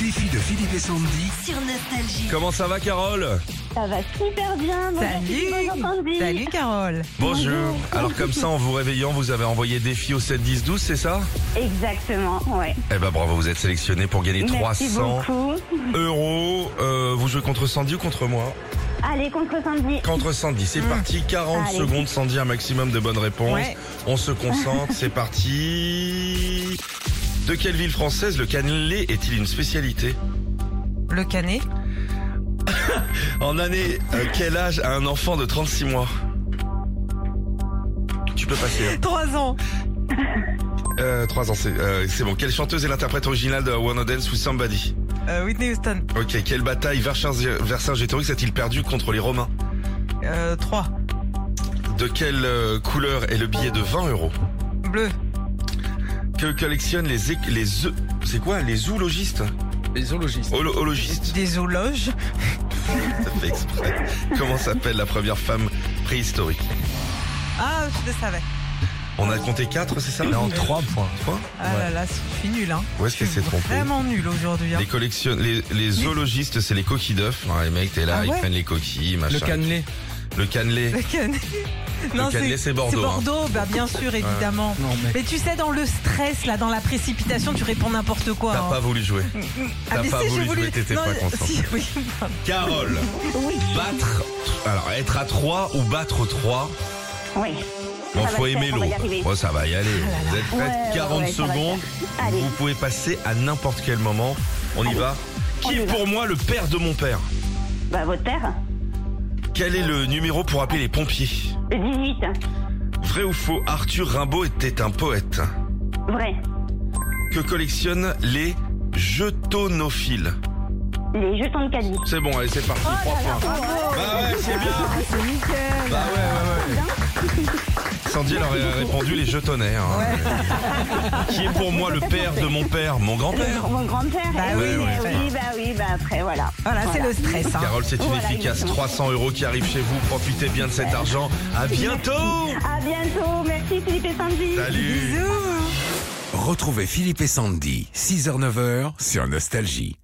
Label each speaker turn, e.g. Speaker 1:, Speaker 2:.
Speaker 1: défi de Philippe et Sandy.
Speaker 2: sur Nostalgie.
Speaker 1: Comment ça va, Carole
Speaker 3: Ça va super bien. Bonjour Philippe, bonjour
Speaker 4: Salut
Speaker 3: Sandy.
Speaker 4: Salut Carole
Speaker 1: Bonjour. Alors comme ça, en vous réveillant, vous avez envoyé défi au 7 10 12, c'est ça
Speaker 3: Exactement, ouais.
Speaker 1: Eh ben bravo, vous êtes sélectionné pour gagner
Speaker 3: Merci
Speaker 1: 300
Speaker 3: beaucoup.
Speaker 1: euros. Euh, vous jouez contre Sandy ou contre moi
Speaker 3: Allez, contre Sandy.
Speaker 1: Contre Sandy, c'est parti. 40
Speaker 3: Allez.
Speaker 1: secondes, Sandy, un maximum de bonnes réponses.
Speaker 4: Ouais.
Speaker 1: On se concentre, c'est parti. De quelle ville française le cannelé est-il une spécialité
Speaker 4: Le canet
Speaker 1: En année, euh, quel âge a un enfant de 36 mois Tu peux passer. hein.
Speaker 4: 3 ans
Speaker 1: Euh, 3 ans, c'est euh, c'est bon. Quelle chanteuse est l'interprète originale de I Wanna Dance with Somebody
Speaker 4: Euh, Whitney Houston
Speaker 1: Ok, quelle bataille Vercingétorix a-t-il perdu contre les Romains
Speaker 4: euh, 3
Speaker 1: De quelle euh, couleur est le billet de 20 euros
Speaker 4: Bleu
Speaker 1: Que collectionnent les... éc- les zo- c'est quoi Les zoologistes
Speaker 5: Les zoologistes.
Speaker 1: Holo- Hologistes,
Speaker 4: Des zoologes
Speaker 1: ça fait exprès. Comment s'appelle la première femme préhistorique
Speaker 4: Ah je le savais
Speaker 1: On a compté 4, c'est ça
Speaker 5: Non, 3 points.
Speaker 1: Trois
Speaker 4: Ah là là je suis nul hein
Speaker 1: Où est-ce
Speaker 4: Je
Speaker 1: qu'elle
Speaker 4: suis
Speaker 1: s'est trompée
Speaker 4: vraiment nul aujourd'hui hein.
Speaker 1: Les, collection... les, les zoologistes, c'est les coquilles d'œufs. Ouais, les mecs, t'es là,
Speaker 4: Ah
Speaker 1: ils
Speaker 4: ouais
Speaker 1: prennent les coquilles, machin.
Speaker 5: Le cannelé.
Speaker 1: Le cannelé.
Speaker 4: Le canet
Speaker 1: Le canet, c'est Bordeaux, hein.
Speaker 4: Bordeaux bah, bien sûr évidemment
Speaker 5: Non, mais.
Speaker 4: Mais tu sais, dans le stress, là, dans la précipitation, tu réponds n'importe quoi.
Speaker 1: T'as
Speaker 3: Oh.
Speaker 4: hein.
Speaker 1: pas voulu jouer.
Speaker 4: Ah,
Speaker 1: t'as
Speaker 4: mais
Speaker 1: pas
Speaker 4: si, j'ai
Speaker 1: voulu jouer, t'étais pas concentré.
Speaker 4: si, oui, pardon.
Speaker 1: Carole, battre. Alors, être à 3 ou battre 3,
Speaker 3: Oui.
Speaker 1: bon,
Speaker 3: Ça va
Speaker 1: faut
Speaker 3: le
Speaker 1: aimer
Speaker 3: faire, on
Speaker 1: l'eau.
Speaker 3: va y arriver. Ah
Speaker 1: Bon, ça va y aller. Vous êtes prêtes
Speaker 3: Ouais, ouais,
Speaker 1: 40
Speaker 3: ouais, ça va le
Speaker 1: secondes.
Speaker 3: faire. Allez.
Speaker 1: Vous pouvez passer à n'importe quel moment. On y va.
Speaker 3: On
Speaker 1: Qui
Speaker 3: y
Speaker 1: est
Speaker 3: va.
Speaker 1: pour moi le père de mon père
Speaker 3: Bah, votre père,
Speaker 1: Quel est le numéro pour appeler les pompiers
Speaker 3: le 18.
Speaker 1: Vrai ou faux, Arthur Rimbaud était un poète.
Speaker 3: Vrai.
Speaker 1: Que collectionnent les jetonophiles
Speaker 3: Les jetons de caddie.
Speaker 1: C'est bon, allez, c'est parti.
Speaker 3: Oh
Speaker 1: trois points. Bah ouais, c'est bien.
Speaker 4: C'est nickel.
Speaker 1: Bah ouais, ouais, ouais. Sandy, elle aurait répondu les jetonnais. hein. Qui est pour moi le père de mon père Mon grand-père.
Speaker 3: Le- mon grand-père.
Speaker 4: Bah
Speaker 3: eh
Speaker 4: oui,
Speaker 3: oui,
Speaker 4: ouais,
Speaker 3: eh
Speaker 4: ouais.
Speaker 3: oui, bah oui, bah après, voilà.
Speaker 4: Voilà, c'est le stress. hein.
Speaker 1: Carole, c'est
Speaker 3: Voilà,
Speaker 1: inefficace.
Speaker 3: exactement.
Speaker 1: 300 euros qui arrivent chez vous. Profitez bien de cet argent. À bientôt
Speaker 3: À bientôt. Merci Philippe et Sandy.
Speaker 1: Salut
Speaker 4: Bisous.
Speaker 6: Retrouvez Philippe et Sandy, 6h-9h sur Nostalgie.